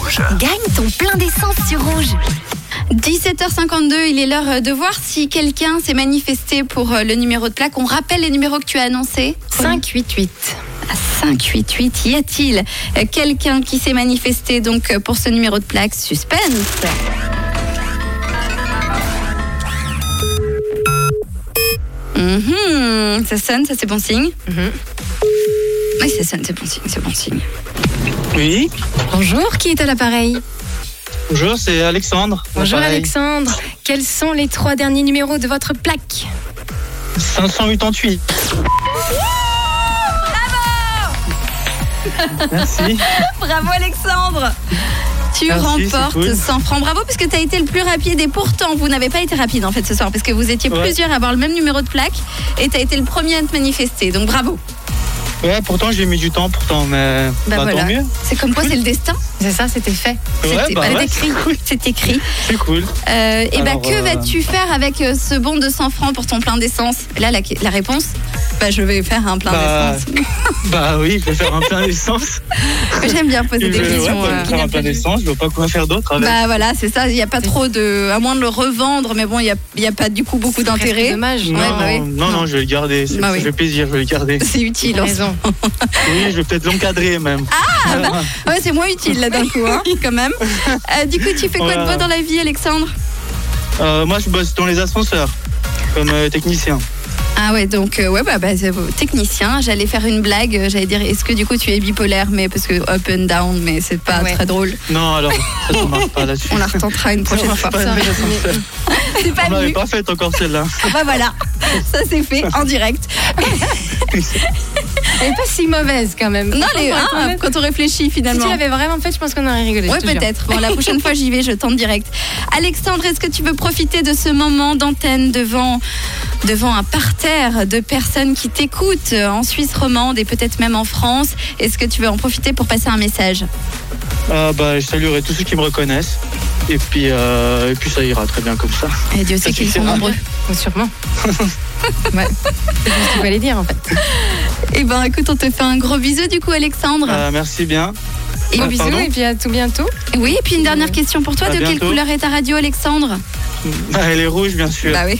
Rouge. Gagne ton plein d'essence sur rouge. 17h52, il est l'heure de voir si quelqu'un s'est manifesté pour euh, le numéro de plaque. On rappelle les numéros que tu as annoncés 588. à 588. Y a-t-il euh, quelqu'un qui s'est manifesté donc euh, pour ce numéro de plaque Suspense Mhm, Ça sonne, ça c'est bon signe Mhm. Oui, ça sonne, c'est bon signe, c'est bon signe. Oui, Bonjour, qui est à l'appareil bonjour, c'est Alexandre. Bonjour Pareil. Alexandre. Quels sont les trois derniers numéros de votre plaque 588. Ah Merci. Bravo Alexandre tu Merci, remportes Ah, c'est cool. 100 francs. Bravo parce que tu as été le plus rapide et pourtant vous n'avez pas été rapide en fait ce soir parce que vous étiez Ouais. plusieurs à avoir le même numéro de plaque et tu as été le premier à te manifester. Donc bravo. Ouais, pourtant j'ai mis du temps, pourtant, mais Bah, bah, voilà. tant mieux. C'est comme quoi c'est le destin. C'est ça, c'était fait. C'était Ouais, bah, pas ouais, écrit. C'est écrit. c'est cool. Euh, et bah Alors, que euh, vas-tu faire avec euh, ce bon de 100 francs pour ton plein d'essence Là la, la réponse bah, je vais faire un plein Bah, d'essence. Bah oui, je vais faire un plein d'essence. J'aime bien Je poser Ah, des vais ouais, questions. bah, euh, faire un plein d'essence, je vois pas quoi faire d'autre avec. Bah voilà, c'est ça, il n'y a pas trop de. À moins de le revendre, mais bon, il n'y a, il y a pas du coup beaucoup C'est presque d'intérêt. Dommage. non, ouais, bah oui. non, non, je vais le garder. c'est- Bah ça oui. fait plaisir, je vais le garder. C'est utile. T'as hein. Raison. Oui, je vais peut-être l'encadrer même. Ah, Ouais, c'est moins utile là d'un coup, hein, quand même. Euh, du coup, tu fais quoi de Voilà. beau dans la vie, Alexandre Euh, moi, je bosse dans les ascenseurs, comme euh, technicien. Ah ouais, donc euh, ouais, bah, bah, c'est, euh, technicien. J'allais faire une blague, euh, j'allais dire, est-ce que du coup tu es bipolaire, mais parce que up and down, mais c'est pas Ouais. très drôle. Non, alors, ça ne marche pas là-dessus. On la retentera une Ça prochaine marche fois. pas, les ascenseurs. C'est pas On l'avait venu. pas faite encore celle-là. Ah bah voilà, ça c'est fait en direct. Elle est pas si mauvaise quand même. Non, les, Ouais, hein, quand même. quand on réfléchit Si finalement. tu l'avais vraiment fait, je pense qu'on aurait rigolé. Ouais, je te jure. peut-être. Bon, la prochaine fois, j'y vais, je tente direct. Alexandre, est-ce que tu veux profiter de ce moment d'antenne devant, devant un parterre de personnes qui t'écoutent euh, en Suisse romande et peut-être même en France Est-ce que tu veux en profiter pour passer un message Ah bah, je saluerai tous ceux qui me reconnaissent. Et puis, euh, et puis ça ira très bien comme ça. Et Eh, Dieu sait Ça qu'ils sont suffira. nombreux. Oh, Sûrement. ouais. C'est juste ce qu'il fallait dire en Ah, fait. Eh ben, écoute, on te fait un gros bisou du coup, Alexandre. Euh, merci bien. Et Ah, Gros bisous pardon et puis à tout bientôt. Oui, et puis une dernière question pour toi. Mmh. à De quelle bientôt. couleur est ta radio, Alexandre Ah, Elle est rouge, bien sûr. Bah oui.